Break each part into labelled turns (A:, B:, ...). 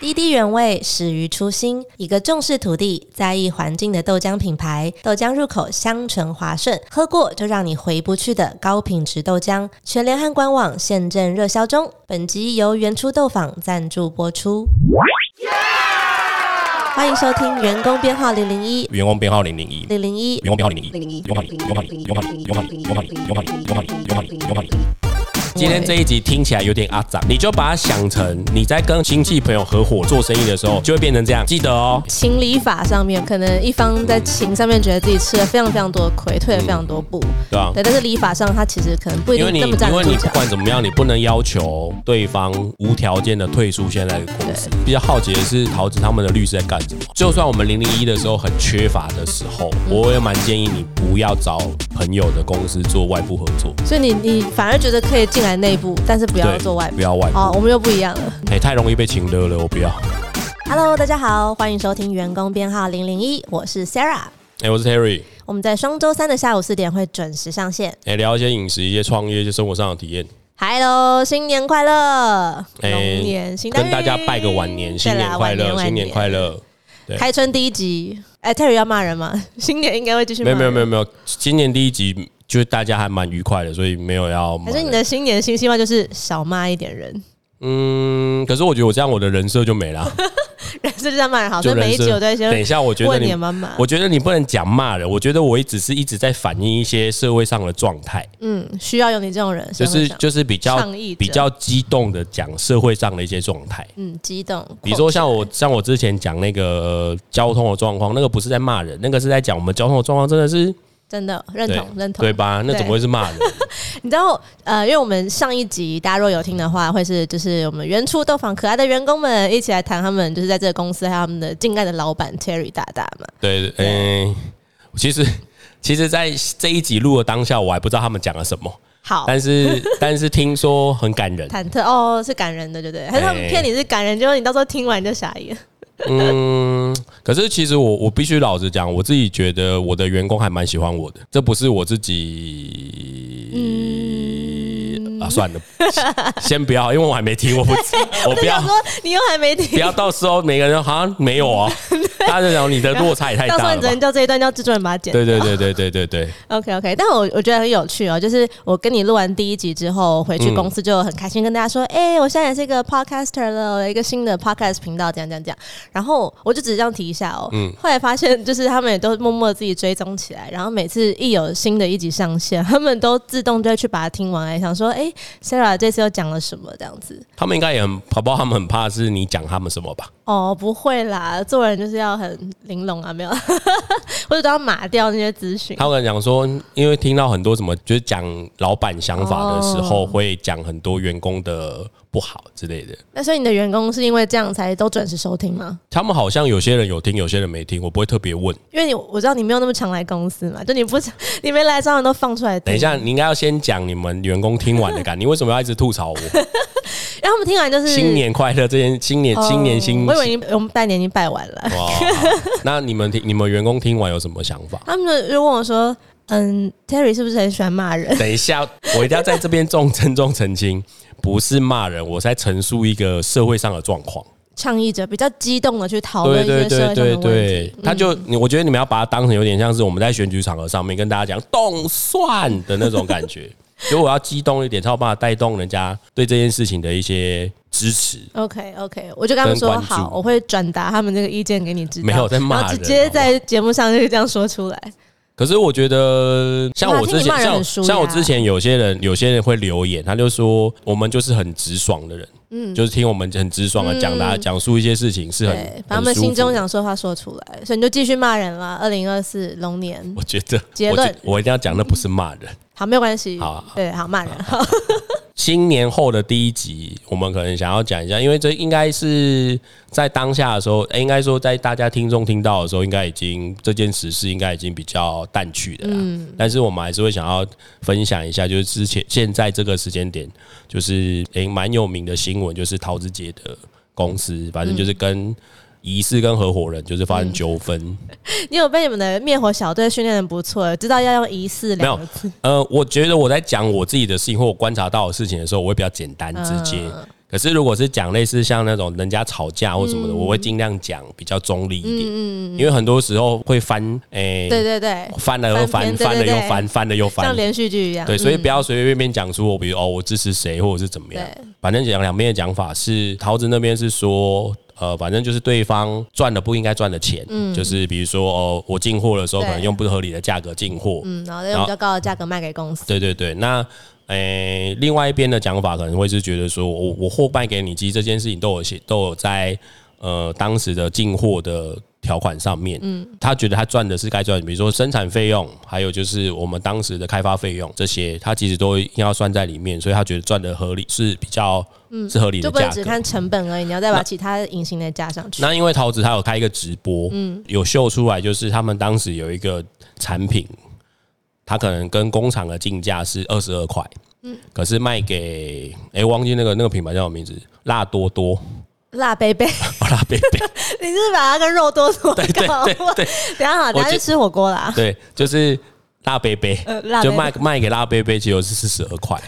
A: 滴滴原味始于初心，一个重视土地、在意环境的豆浆品牌。豆浆入口香醇滑顺，喝过就让你回不去的高品质豆浆。全联汉官网现正热销中。本集由原初豆坊赞助播出。欢迎收听员工编号零零一
B: 员工编号零零一，
A: 零零一
B: 员工编号零零一，
C: 零零一，
B: 有话题有话题有话题有话题有话题有话题有话题有话题有话题今天这一集听起来有点阿杂，你就把它想成你在跟亲戚朋友合伙做生意的时候，就会变成这样。记得哦，
A: 情理法上面，可能一方在情上面觉得自己吃了非常非常多的亏，退了非常多步，
B: 对吧？
A: 对，但是礼法上他其实可能不一
B: 因为
A: 定
B: 你
A: 这么站
B: 因
A: 得
B: 为
A: 住
B: 你
A: 脚
B: 不。管怎么样，你不能要求对方无条件的退出现在的公司。比较好奇的是，桃子他们的律师在干
A: 嗯
B: 什么？就算我们零零一的时候很缺乏的时候，我也蛮建议你不要找朋友的公司做外部合作，
A: 所以你你反而觉得可以进来内部，但是不要
B: 对，
A: 做外部
B: 不。要外部。
A: 哦，我们又不一样了。
B: 哎、太容易被请勒了，我不要。
A: Hello，大家好，欢迎收听员工编号零零一，我是 Sarah。
B: 哎、我是 Terry，
A: 我们在双周三的下午四点会准时上线。
B: 哎、聊一些饮食、一些创业、一些生活上的体验。
A: Hello，新年快乐！龙、
B: 哎
A: 年新单
B: 跟
A: 元
B: 大家拜个晚年，新年快乐，新年快！
A: 对啦晚晚
B: 乐。对
A: 开春第一集，哎、t e r r y 要骂人吗？ 新年应该会继续骂
B: 没有
A: 人。
B: 没有没有没有，今年第一集就是大家还蛮愉快的，所以没有要骂
A: 还
B: 人。
A: 是你的新年新希望就是少骂一点人，
B: 嗯，可是我觉得我这样我的人设就没了，
A: 人是这样骂人好，所
B: 就
A: 以每
B: 人
A: 一集我
B: 设。
A: 都会
B: 等一
A: 先
B: 下，我觉得
A: 问你
B: 你
A: 有，没有骂。
B: 我觉得你不能讲骂人，我觉得我一直是一直在反映一些社会上的状态，
A: 嗯，需要有你这种人，
B: 就
A: 社会
B: 是
A: 上
B: 就是比较
A: 倡议者
B: 比较激动的讲社会上的一些状态。
A: 嗯激动。
B: 比如说像我像我之前讲那个、呃交通的状况，那个不是在骂人，那个是在讲我们交通的状况真的是
A: 真的认
B: 对
A: 同认同
B: 对，吧？那怎么会是骂人？
A: 你知道呃，因为我们上一集大家若有听的话，会是就是我们原初豆坊可爱的员工们一起来谈他们就是在这个公司还有他们的敬爱的老板 Terry 大大嘛，
B: 对，嗯、其实其实，在这一集录的当下，我还不知道他们讲了什么，
A: 好
B: 但是 但是听说很感人，
A: 忐忑哦，是感人的，对不对？还是他们
B: 哎
A: 骗你是感人，结果你到时候听完你就傻眼。
B: 嗯，可是其实我我必须老实讲，我自己觉得我的员工还蛮喜欢我的，这不是我自己。
A: 嗯
B: 啊，算了，先先不要，因为我还没听，我不， 我不要
A: 想，说你又还没
B: 不
A: 听，
B: 要到时候每个人好像没 有哦，大家就讲你的落差也太
A: 到时候你
B: 大了
A: 只
B: 吧
A: 能。叫这一段叫制作人把它剪掉。
B: 对对对对对对对，
A: OK OK，但我我觉得很有趣哦，就是我跟你录完第一集之后，回去公司就很开心跟大家说，哎、我现在也是一个 podcaster 了，我有一个新的 podcast 频道，这样这样这样。然后我就只是这样提一下哦，后来发现就是他们也都默默自己追踪起来，然后每次一有新的一集上线，他们都自动就会去把它听完，哎，想说，哎、s a r a h 这次又讲了什么这样子。
B: 他们应该也很，好不好？他们很怕是你讲他们什么吧？
A: 哦，不会啦，做人就是要很玲珑啊，没有， 或者都要码掉那些资讯。
B: 他们讲说，因为听到很多什么，就是讲老板想法的时候，
A: 哦
B: 会讲很多员工的不好之类的。
A: 那所以你的员工是因为这样才都准时收听吗？
B: 他们好像有些人有听，有些人没听，我不会特别问。
A: 因为你我知道你没有那么常来公司嘛，就你不 你没来，照样都放出来。
B: 等一，下，你应该要先讲你们员工听完 的感，你为什么要一直吐槽我？
A: 然后他们听完就是
B: 新年快乐这件，新年
A: 哦
B: 新年新。
A: 我以为你我们拜年已经拜完了。
B: 哇，好那你们听，你们员工听完有什么想法？
A: 他们就问我说：“嗯，Terry 是不是很喜欢骂人
B: 等一下，我一定要在这边重郑重澄清，不是骂人，我是在陈述一个社会上的状况。？”
A: 倡议者比较激动的去讨论
B: 对
A: 哦一些
B: 对
A: 社会上的
B: 对对
A: 问
B: 对
A: 题，，嗯
B: 他就你，我觉得你们要把它当成有点像是我们在选举场合上面跟大家讲动算的那种感觉，所以我要激动一点，才有办法带动人家对这件事情的一些支持。
A: OK OK，我就跟他们说
B: 跟关注
A: 好，我会转达他们这个意见给你知道。
B: 没有在骂人哦
A: 然后直接在节目上就这样说出来。
B: 可是我觉得，像我之
A: 听你骂人
B: 前，像
A: 很啊
B: 我
A: 舒压
B: 像我之前有些人，有些人会留言，他就说我们就是很直爽的人，嗯，就是听我们很直爽的讲达讲述一些事情是很
A: 嗯对，把
B: 很
A: 他们
B: 舒服
A: 心中
B: 的
A: 想说话说出来，所以你就继续骂人啦。二零二四龙年
B: 我觉得，
A: 结
B: 我觉
A: 论
B: 我一定要讲，那不是骂人。
A: 好，没有关系。
B: 好啊
A: 对，好骂人。
B: 新年后的第一集，我们可能想要讲一下，因为这应该是在当下的时候，诶应该说在大家听众听到的时候，应该已经这件实事应该已经比较淡去的啦。
A: 嗯
B: 但是我们还是会想要分享一下，就是之前现在这个时间点，就是诶蛮、有名的新闻，就是桃子姐的公司，反正
A: 嗯
B: 就是跟疑似跟合伙人就是发生纠纷。
A: 你有被你们的灭火小队训练的不错，知道要用疑似两个字。嗯
B: 呃，我觉得我在讲我自己的事情或我观察到的事情的时候，我会比较简单直接。可可是如果是讲类似像那种人家吵架或什
A: 嗯
B: 么的，我会尽量讲比较中立一点，因为很多时候会翻，诶、
A: 对对对，
B: 翻了又翻，
A: 翻篇对
B: 翻了
A: 对
B: 又
A: 对
B: 翻，翻了又翻
A: 像，连续剧一样。
B: 对，
A: 嗯
B: 所以不要随随便便讲出我，比如哦，我支持谁，或者是怎么样
A: 对。
B: 反正讲两边的讲法是，桃子那边是说。呃，反正就是对方赚了不应该赚的钱，就是比如说，哦，我进货的时候可能
A: 嗯对
B: 用不合理的价格进货，
A: 嗯，然后用比较高的价格卖给公司。
B: 对对对，那诶、另外一边的讲法可能会是觉得说，我我货卖给你，其实这件事情都有写，都有在呃当时的进货的条款上面，嗯，他觉得他赚的是该赚的，比如说生产费用，还有就是我们当时的开发费用这些，他其实都应该要算在里面，所以他觉得赚的合理是比较是合理
A: 嗯就
B: 的
A: 不能
B: 价
A: 只
B: 格。
A: 看成本而已，你要再把其他隐形的加上去。
B: 那因为桃子他有开一个直播，有秀出来，就是他们当时有一个产品，它可能跟工厂的进价是二十二块，可是卖给哎、诶忘记那个那个品牌叫什么名字，辣多多，
A: 辣贝 贝，
B: 哦、辣贝贝，
A: 你是不是把它跟肉多多搞
B: 对
A: 混？
B: 对
A: 等一下好，等一下
B: 我
A: 去
B: 记
A: 吃火锅啦。
B: 对，就是辣贝贝，
A: 呃辣贝
B: 就
A: 贝
B: 卖卖给辣贝贝，其实是四十二块。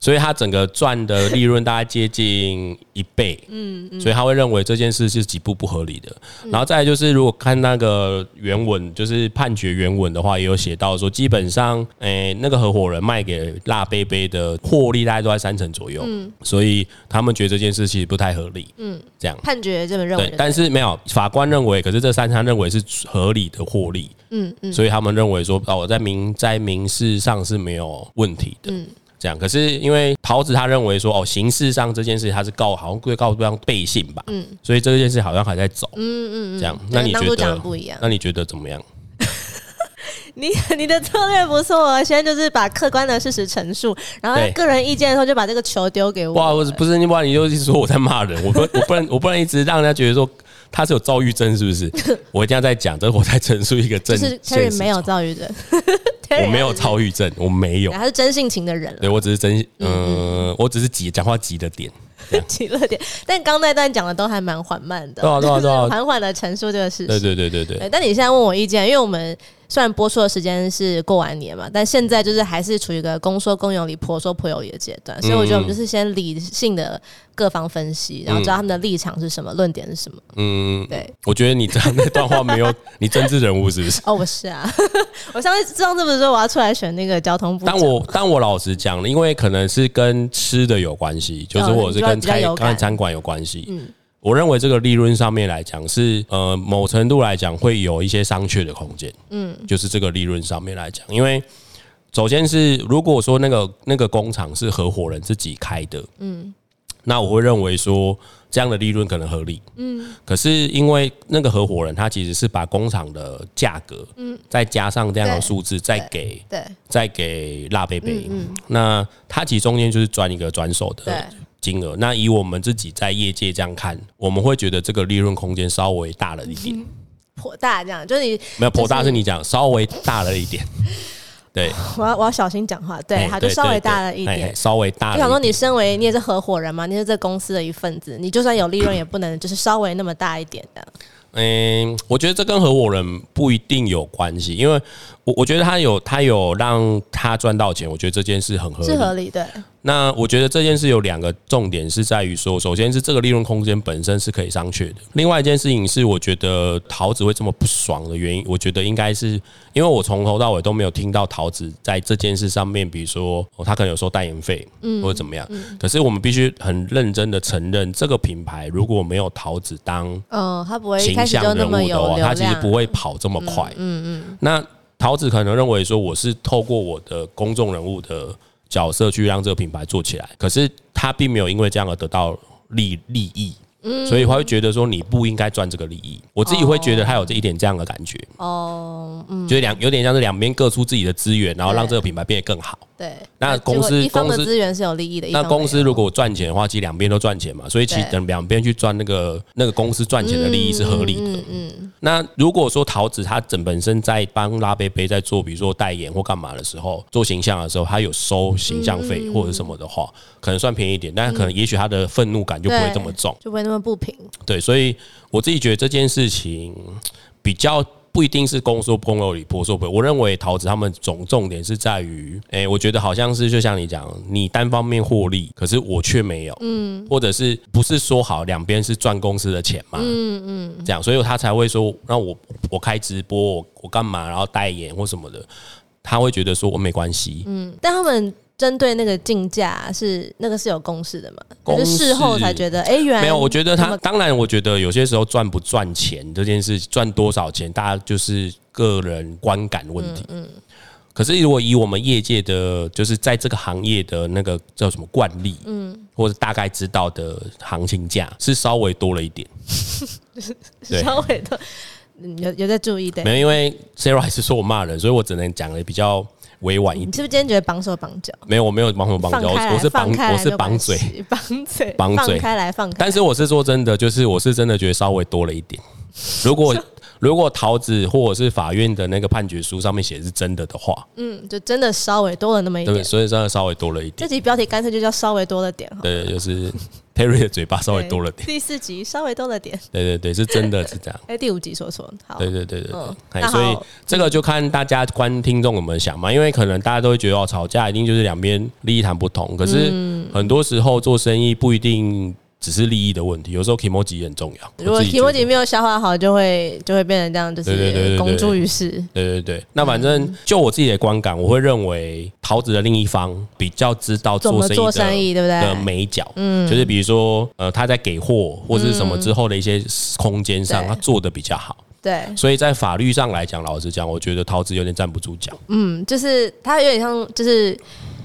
B: 所以他整个赚的利润大概接近一倍，嗯，所以他会认为这件事是极不不合理的。然后再来就是，如果看那个原文，就是判决原文的话，也有写到说，基本上，诶、那个合伙人卖给辣贝贝的获利大概都在三成左右，嗯，所以他们觉得这件事其实不太合理，嗯，这样。
A: 判决这么认为
B: 对
A: 的，，
B: 但是没有法官认为，可是这三他认为是合理的获利，嗯嗯，所以他们认为说，哦，我在民在民事上是没有问题的，
A: 嗯
B: 这样。可是因为桃子他认为说，哦，刑事上这件事他是告，好像会告对方背信吧，嗯，所以这件事好像还在走，嗯嗯，这样。那你
A: 跟当
B: 觉
A: 初讲的
B: 得
A: 不一样
B: 那你觉得怎么样？
A: 你 你的策略不错哦，现在就是把客观的事实陈述，然后
B: 对
A: 个人意见的时候就把这个球丢给我。
B: 哇，我不是，不然你就一直说我在骂人，我不我不能我不能一直让人家觉得说他是有躁郁症，是 不是？我一定要再讲，这是我在陈述一个
A: 就
B: 正，
A: 是
B: 现
A: Terry
B: 实
A: 没有
B: 中，
A: 躁郁症，
B: 我没有
A: Terry
B: 躁郁症，我没有
A: 他是，。他是真性情的人了，
B: 对我只是真，嗯、我只是急讲话急的点。
A: 极乐点。但刚那段讲的都还蛮缓慢的，
B: 对啊对啊
A: 就是
B: 对啊
A: 缓缓的陈述这个事
B: 对
A: 实。
B: 对对对对，
A: 对，但你现在问我意见，因为我们虽然播出的时间是过完年嘛，但现在就是还是处于一个公说公有理、婆说婆有理的阶段，所以我觉得我们就是先理性的各方分析，然后知道他们的立场是什么，论点是什么。
B: 嗯，
A: 对，
B: 我觉得你这样那 段话没有你政治人物是不是？
A: 哦，我是啊， 我上次上次不是说我要出来选那个交通部长
B: 但我但我老实讲，因为可能是跟吃的有关系，就是
A: 哦
B: 或者是
A: 你
B: 跟
A: 比较
B: 开
A: 有感嗯
B: 跟餐馆有关系。我认为这个利润上面来讲是呃某程度来讲会有一些商榷的空间。嗯，就是这个利润上面来讲，因为首先是如果说那个那个工厂是合伙人自己开的，嗯，那我会认为说这样的利润可能合理。
A: 嗯
B: 可是因为那个合伙人他其实是把工厂的价格，再加上这样的数字，再给
A: 嗯对
B: 再给辣贝贝，那他其实中间就是赚一个转手
A: 嗯对
B: 的金额。那以我们自己在业界这样看，我们会觉得这个利润空间稍微大了一点，
A: 嗯颇大这样，就是你
B: 没有颇大是你讲稍微大了一 点，对，
A: 我要我要小心讲话，对，
B: 哎
A: 他就稍微大了一，
B: 对对对哎哎
A: 点。
B: 稍微大
A: 就想
B: 了
A: 说，
B: 一点。
A: 你身为你也是合伙人嘛，你是这公司的一份子，你就算有利润，也不能就是稍微那么大一点的。
B: 嗯，我觉得这跟合伙人不一定有关系，因为我我觉得他有他有让他赚到钱，我觉得这件事很合理
A: 是。合理的，
B: 那我觉得这件事有两个重点是在于说，首先是这个利润空间本身是可以商榷的。另外一件事情是，我觉得桃子会这么不爽的原因，我觉得应该是因为我从头到尾都没有听到桃子在这件事上面，比如说、哦、他可能有收代言费，或者怎么样。可是我们必须很认真的承认，这个品牌如果没有桃子当
A: 嗯，他不会一
B: 形
A: 开始
B: 象
A: 就那
B: 人
A: 么
B: 物的
A: 有
B: 话，
A: 流
B: 他其实
A: 量，
B: 不会跑这么快。嗯嗯那桃子可能认为说，我是透过我的公众人物的角色去让这个品牌做起来，可是他并没有因为这样而得到利利益。
A: 嗯
B: 所以他会觉得说你不应该赚这个利益，我自己会觉得他有这一点这样的感觉，
A: 哦，嗯，
B: 就是两有点像是两边各出自己的资源，然后让
A: 对
B: 这个品牌变得更好。
A: 对。
B: 那公司
A: 结果一方的
B: 公司
A: 资源是有利益的，一
B: 那
A: 方没有
B: 公司如果赚钱的话，其实两边都赚钱嘛，所以其实
A: 对
B: 等两边去赚那个那个公司赚钱的利益是合
A: 嗯
B: 理的。那如果说桃子他整本身在帮拉贝贝在做，比如说代言或干嘛的时候，做形象的时候，他有收形象
A: 嗯
B: 费或者什么的话，可能算便宜一点，但可能也许他的愤怒感就不会这么重。
A: 就不会那么不平。
B: 对，所以我自己觉得这件事情比较不一定是公说公有理，婆说婆。我认为桃子他们总重点是在于，哎、我觉得好像是就像你讲，你单方面获利，可是我却没有，嗯，或者是不是说好两边是赚公司的钱嘛，嗯嗯，这样，所以他才会说，那我我开直播，我我干嘛，然后代言或什么的，他会觉得说我哦没关系，
A: 嗯但他们针对那个竞价是那个是有公式的嘛？
B: 公
A: 可是事后
B: 式
A: 才觉得，哎、原来
B: 没有，我觉得
A: 这
B: 他
A: 么
B: 当然，我觉得有些时候赚不赚钱这件事，赚多少钱，大家就是个人观感问题。
A: 嗯
B: 可是如果以我们业界的，就是在这个行业的那个叫什么惯例，嗯，或者大概知道的行情价是稍微多了一点。对
A: 稍微 的嗯有有在注意对。
B: 没有，因为 Sarah 还是说我骂人，所以我只能讲的比较委婉一
A: 你
B: 点。
A: 是不是今天觉得绑手绑脚？
B: 没有，我没有帮手帮脚，
A: 嗯放开来
B: 我是绑
A: 放开来
B: 我是
A: 没
B: 绑
A: 关
B: 嘴。
A: 系，绑嘴，
B: 绑嘴
A: 放开来，放开来。
B: 但是我是说真的，就是我是真的觉得稍微多了一点。如果如果桃子或者是法院的那个判决书上面写的是真的的话，
A: 嗯，就真的稍微多了那么一
B: 对不对，
A: 点。
B: 所以真的稍微多了一
A: 这
B: 点。
A: 集标题干脆就叫稍微多了点哈，
B: 对，就是 Terry 的嘴巴稍微多了点。
A: 第四集稍微多了点，
B: 对对对，是真的是 这样。
A: 哎，第五集说错，好，
B: 对对对对对
A: 嗯，
B: 哎
A: 那好
B: 所以这个就看大家观听众有没有想嘛，因为可能大家都会觉得哦，吵架一定就是两边利益谈不同，可是
A: 嗯
B: 很多时候做生意不一定只是利益的问题，有时候 emoji 也很重要。
A: 如果
B: 我自己
A: 提
B: 觉得
A: 莫吉没有消化好，就会就会变成这样，就
B: 对对对
A: 是
B: 对对
A: 公诸于世。
B: 对对对，那反正
A: 嗯
B: 就我自己的观感，我会认为桃子的另一方比较知道做
A: 怎么
B: 生意
A: 做
B: 的
A: 生意对不对
B: 的美角，嗯，就是比如说呃他在给货或是什么之后的一些空间上，
A: 对
B: 他做的比较好，
A: 对，
B: 所以在法律上来讲，老实讲，我觉得桃子有点站不住脚，
A: 嗯，就是他有点像就是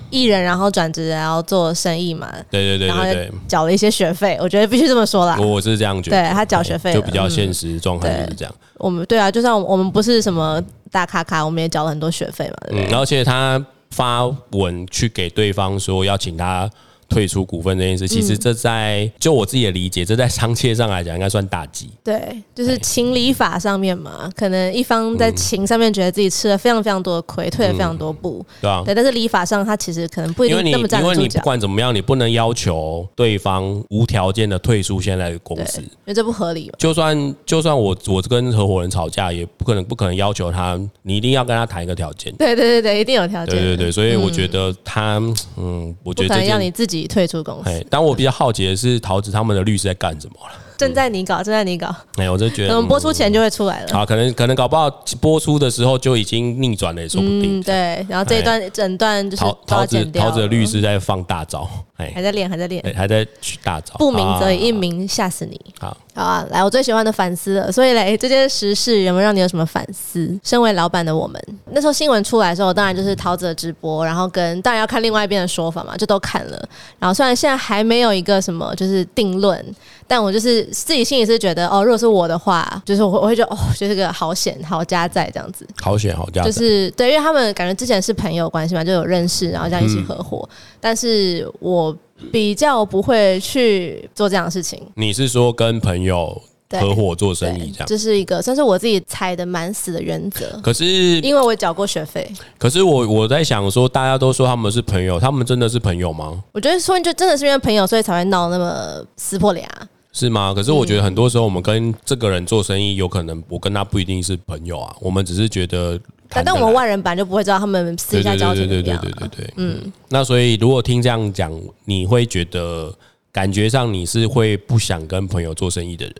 A: 艺人，然后转职然后做生意嘛，
B: 对对对
A: 然后
B: 对
A: 又
B: 对。
A: 缴了一些学费，我觉得必须这么说啦。
B: 我是这样觉得，
A: 对他缴学费了嗯
B: 就比较现实状态就是这样。
A: 我们对啊，就算我们不是什么大咖咖，我们也缴了很多学费嘛，对不对？
B: 嗯，而且他发文去给对方说要请他退出股份这件事，其
A: 嗯
B: 实这在就我自己的理解，这在商界上来讲应该算打击。
A: 对，就是情理法上面嘛，可能一方在情上面觉得自己吃了非常非常多的亏，退了非常多步，
B: 对啊，
A: 对，但是礼法上他其实可能不一
B: 因为
A: 定
B: 你
A: 那么站
B: 因
A: 得
B: 为
A: 住
B: 你不
A: 脚，
B: 管怎么样，你不能要求对方无条件的退出现在的公
A: 对，
B: 司
A: 因。为这不合理嘛。
B: 就算就算我我跟合伙人吵架，也不可能不可能要求他，你一定要跟他谈一个条件。
A: 对对对对，一定有条件
B: 对
A: 的，
B: 对对，所以我觉得他，嗯，
A: 不
B: 我觉
A: 可
B: 得这
A: 能让
B: 件，
A: 你自己退出公司。
B: 哎，但我比较好奇的是，桃子他们的律师在干什么了？
A: 正在你搞，正在你搞，
B: 哎，我就觉
A: 可
B: 得
A: 能播出前就会出来了。
B: 啊，可能可能搞不好播出的时候就已经逆转了，也说不定。
A: 嗯，对。然后这一段整段就是
B: 哎桃
A: 都要
B: 桃子
A: 剪掉
B: 桃子的律
A: 了
B: 师在放大招，哎
A: 还在练，还在练，
B: 哎还在取大招，
A: 不鸣则已，一
B: 啊
A: 鸣吓死你。
B: 好。
A: 好啊，来，我最喜欢的反思了。所以嘞，这件时事有没有让你有什么反思？身为老板的我们，那时候新闻出来的时候，当然就是桃子的直播，然后跟当然要看另外一边的说法嘛，就都看了。然后虽然现在还没有一个什么就是定论，但我就是自己心里是觉得，哦，如果是我的话，就是我会我会觉得，哦，就是个好险好家在这样子。
B: 好险好家，
A: 就是对，因为他们感觉之前是朋友关系嘛，就有认识，然后这样一起合伙。但是我比较不会去做这样的事情，
B: 你是说跟朋友
A: 对
B: 合伙做生意
A: 对
B: 这，样？
A: 这是一个算是我自己踩的蛮死的原 则，
B: 可是，
A: 因为我缴过学费。
B: 可是我我在想说，大家都说他们是朋友，他们真的是朋友吗？
A: 我觉得说就真的是因为朋友，所以才会闹那么撕破脸啊。
B: 是吗？可是我觉
A: 嗯
B: 得很多时候我们跟这个人做生意，有可能我跟他不一定是朋友啊，我们只是觉得谈
A: 但
B: 得
A: 但
B: 来。
A: 我们外人本来就不会知道他们私
B: 对
A: 下
B: 对
A: 交
B: 对
A: 情
B: 对
A: 怎么样
B: 对对对对
A: 啊。
B: 对，嗯。那所以如果听这样讲，你会觉得感觉上你是会不想跟朋友做生意的人？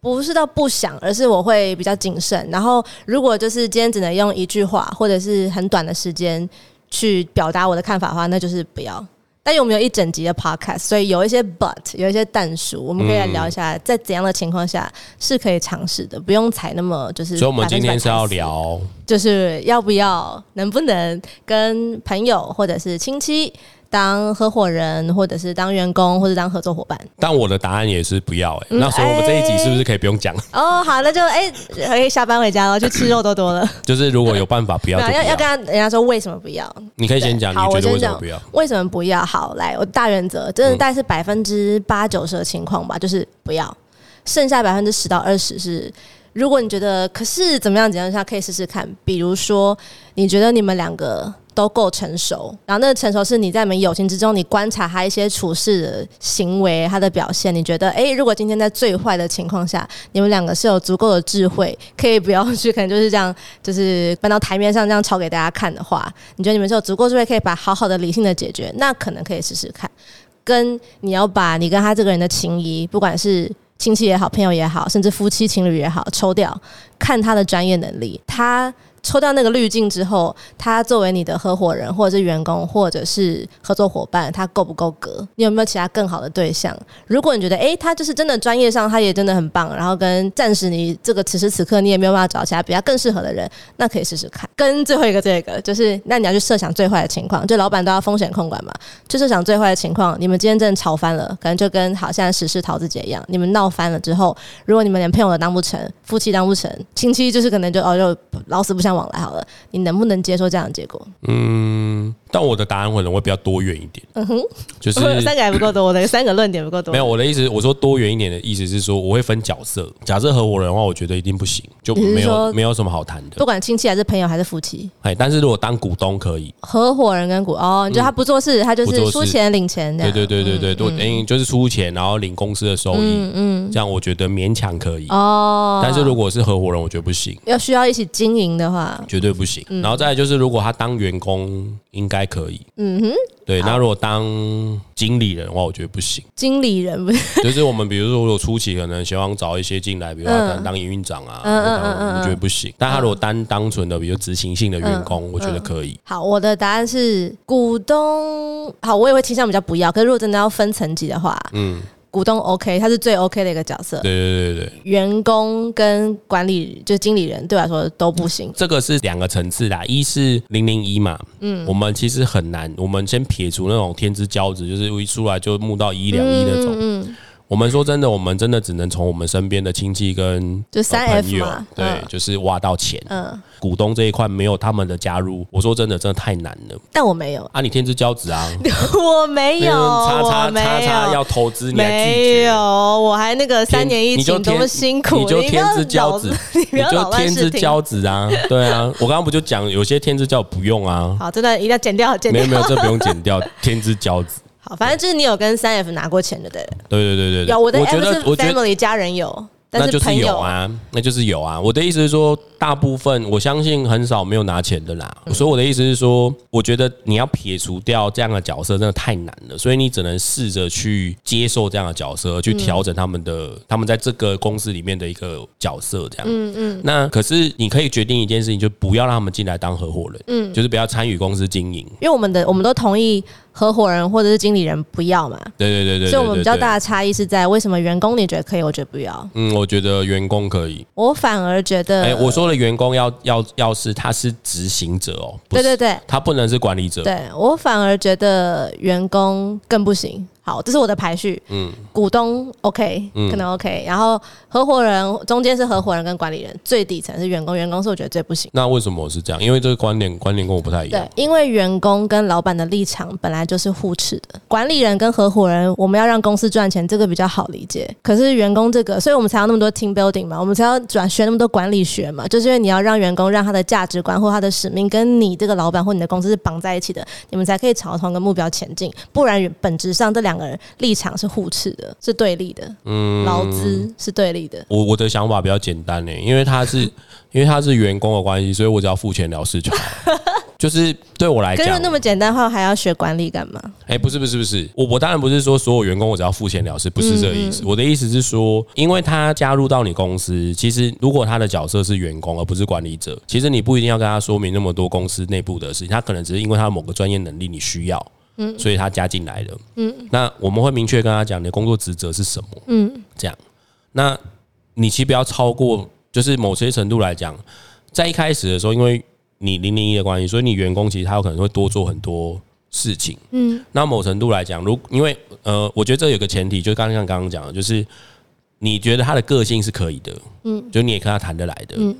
A: 不是到不想，而是我会比较谨慎。然后如果就是今天只能用一句话或者是很短的时间去表达我的看法的话，那就是不要。但有没有一整集的 podcast？所以有一些 but，有一些但书，我们可以来聊一下，在怎样的情况下是可以尝试的，不用踩那么就是。
B: 所以我们今天是要，聊
A: 就是要不要、能不能跟朋友或者是亲戚当合伙人，或者是当员工，或者当合作伙伴。
B: 但我的答案也是不要
A: 嗯
B: 哎、欸那所以我们这一集是不是可以不用讲？
A: 哦，好，那就哎、可以下班回家了，去吃肉多多了。
B: 就是如果有办法不要
A: 没
B: 就
A: 有
B: 不
A: 要要跟
B: 要。
A: 他人家说为什么不要？
B: 你可以先讲，
A: 好，
B: 你
A: 我
B: 觉
A: 先
B: 得为什么
A: 讲
B: 不要？嗯
A: 为什么不要？好，来，我大原则真的大概是百分之八九十的情况吧，就是不要，剩下百分之十到二十是。如果你觉得可是怎么样怎么样，下可以试试看。比如说，你觉得你们两个都够成熟。然后那个成熟是你在你们友情之中，你观察他一些处事的行为、他的表现，你觉得，诶，如果今天在最坏的情况下，你们两个是有足够的智慧，可以不要去，可能就是这样，就是搬到台面上这样吵给大家看的话，你觉得你们是有足够智慧可以把好好的理性的解决，那可能可以试试看。跟你要把你跟他这个人的情谊，不管是亲戚也好、朋友也好，甚至夫妻情侣也好，抽掉，看他的专业能力。他抽掉那个滤镜之后，他作为你的合伙人，或者是员工，或者是合作伙伴，他够不够格？你有没有其他更好的对象？如果你觉得，诶，他就是真的专业上他也真的很棒，然后跟暂时你这个此时此刻你也没有办法找其他比较更适合的人，那可以试试看。跟最后一个这个就是，那你要去设想最坏的情况，就老板都要风险控管嘛，就设想最坏的情况，你们今天真的吵翻了，可能就跟好像时事桃子姐一样，你们闹翻了之后，如果你们连朋友都当不成，夫妻当不成，亲戚就是可能就哦就老死不相往来好了，你能不能接受这样的结果？
B: 但我的答案可能会比较多元一点，
A: 嗯哼，
B: 就是
A: 三个还不够 多，我的三个论点不够多，
B: 没有，我的意思，我说多元一点的意思是说，我会分角色。假设合伙人的话，我觉得一定不行，就
A: 你是
B: 没
A: 说
B: 有没有什么好谈的。
A: 不管亲戚还是朋友还是夫妻，
B: 哎，但是如果当股东可以，
A: 合伙人跟股哦，你觉得他不做事，他就
B: 不
A: 是
B: 做事
A: 出钱领钱的，
B: 对对对对对，
A: 嗯
B: 多等于就是出钱，然后领公司的收益，嗯，这样我觉得勉强可以。
A: 哦，
B: 但是如果是合伙人，我觉得不行，
A: 要需要一起经营的话，
B: 绝对不行。然后再来就是，如果他当员工应该可以，
A: 嗯哼，
B: 对。那如果当经理人的话，我觉得不行。
A: 经理人不是
B: 就是我们比如说，如果初期可能希望找一些进来，比如说他可能当营运长啊，
A: 嗯嗯
B: 或
A: 嗯
B: 当
A: 嗯嗯
B: 我觉得不行。但他如果单单纯的，比如执行性的员工，我觉得可以。
A: 好，我的答案是股东。好，我也会倾向比较不要。可是如果真的要分层级的话，嗯，股东 OK，他是最 OK 的一个角色。
B: 对对对对对，
A: 员工跟管理就经理人对我来说都不行。
B: 这个是两个层次啦，一是零零一嘛，嗯，我们其实很难，我们先撇除那种天之骄子，就是一出来就募到一两亿那种。
A: 嗯
B: 我们说真的，我们真的只能从我们身边的亲戚跟
A: 就三
B: 呃
A: F
B: 朋友
A: 嘛，
B: 对，
A: 嗯
B: 就是挖到钱。
A: 嗯，
B: 股东这一块没有他们的加入，我说真的，真的太难了。
A: 但我没有，
B: 啊，你天之骄子啊，
A: 我没有，
B: 叉
A: 我
B: 叉
A: 没
B: 叉叉
A: 有
B: 要。投资，你还拒
A: 没有，
B: 绝？
A: 我还那个三年疫
B: 你就
A: 情
B: 天
A: 多么辛苦，
B: 你就天之骄子，
A: 你不
B: 你
A: 要老
B: 就
A: 乱
B: 天
A: 试
B: 之
A: 听。
B: 骄子啊，对 啊，我刚刚不就讲有些天之骄不用啊，
A: 好，真的一定要剪掉，剪
B: 没
A: 掉
B: 有。没有，这 不用剪掉，天之骄子，
A: 好，反正就是你有跟三 F 拿过钱就对了。
B: 对对对对对，
A: 有我的
B: 觉
A: F
B: 得
A: 是
B: 我觉得
A: family 家人有，但
B: 那就是
A: 朋友
B: 有，啊，那就是有啊，我的意思是说，大部分我相信很少没有拿钱的啦，
A: 嗯
B: 所以我的意思是说，我觉得你要撇除掉这样的角色真的太难了，所以你只能试着去接受这样的角色，去调整他们
A: 嗯
B: 的他们在这个公司里面的一个角色这样。
A: 嗯
B: 那可是你可以决定一件事情，就不要让他们进来当合伙人，嗯，就是不要参与公司经营。
A: 因为我们的我们都同意合伙人或者是经理人不要嘛，
B: 对对对对对
A: 所以我们比较大
B: 对
A: 的差异是在为什么员工你觉得可以，我觉得不要，
B: 嗯，我觉得员工可以。
A: 我反而觉得，
B: 哎、我说的员工要要要是他是执行者哦，不
A: 对
B: 是
A: 对对
B: 他不能是管理者。
A: 对，我反而觉得员工更不行。好，这是我的排序。嗯，股东 OK，可
B: 嗯
A: 能 OK，、然后合伙人中间是合伙人跟管理人，最底层是员工，员工是我觉得最不行。
B: 那为什么是这样？因为这个观点观点跟我不太一样
A: 对。，因为员工跟老板的立场本来就是互斥的。管理人跟合伙人，我们要让公司赚钱，这个比较好理解。可是员工这个，所以我们才要那么多 team building 嘛，我们才要转学那么多管理学嘛，就是因为你要让员工让他的价值观或他的使命跟你这个老板或你的公司是绑在一起的，你们才可以朝同一个目标前进。不然本质上这两个人立场是互斥的，是对立的，嗯，劳资是对立的。
B: 我我的想法比较简单呢，因为他是因为他是员工的关系，所以我只要付钱了事就好 了。就是对我来
A: 可
B: 讲，
A: 是那么简单的话，还要学管理干嘛？
B: 哎、不是不是不是，我我当然不是说所有员工我只要付钱了事，不是这个意思。我的意思是说，因为他加入到你公司，其实如果他的角色是员工而不是管理者，其实你不一定要跟他说明那么多公司内部的事情，他可能只是因为他的某个专业能力你需要。嗯，所以他加进来了。嗯，那我们会明确跟他讲你的工作职责是什么。嗯，这样，那你其实不要超过，就是某些程度来讲，在一开始的时候，因为你零零一的关系，所以你员工其实他有可能会多做很多事情。那某程度来讲，如因为呃，我觉得这有个前提，就刚刚刚刚讲的，就是你觉得他的个性是可以的，嗯，就你也跟他谈得来的，嗯。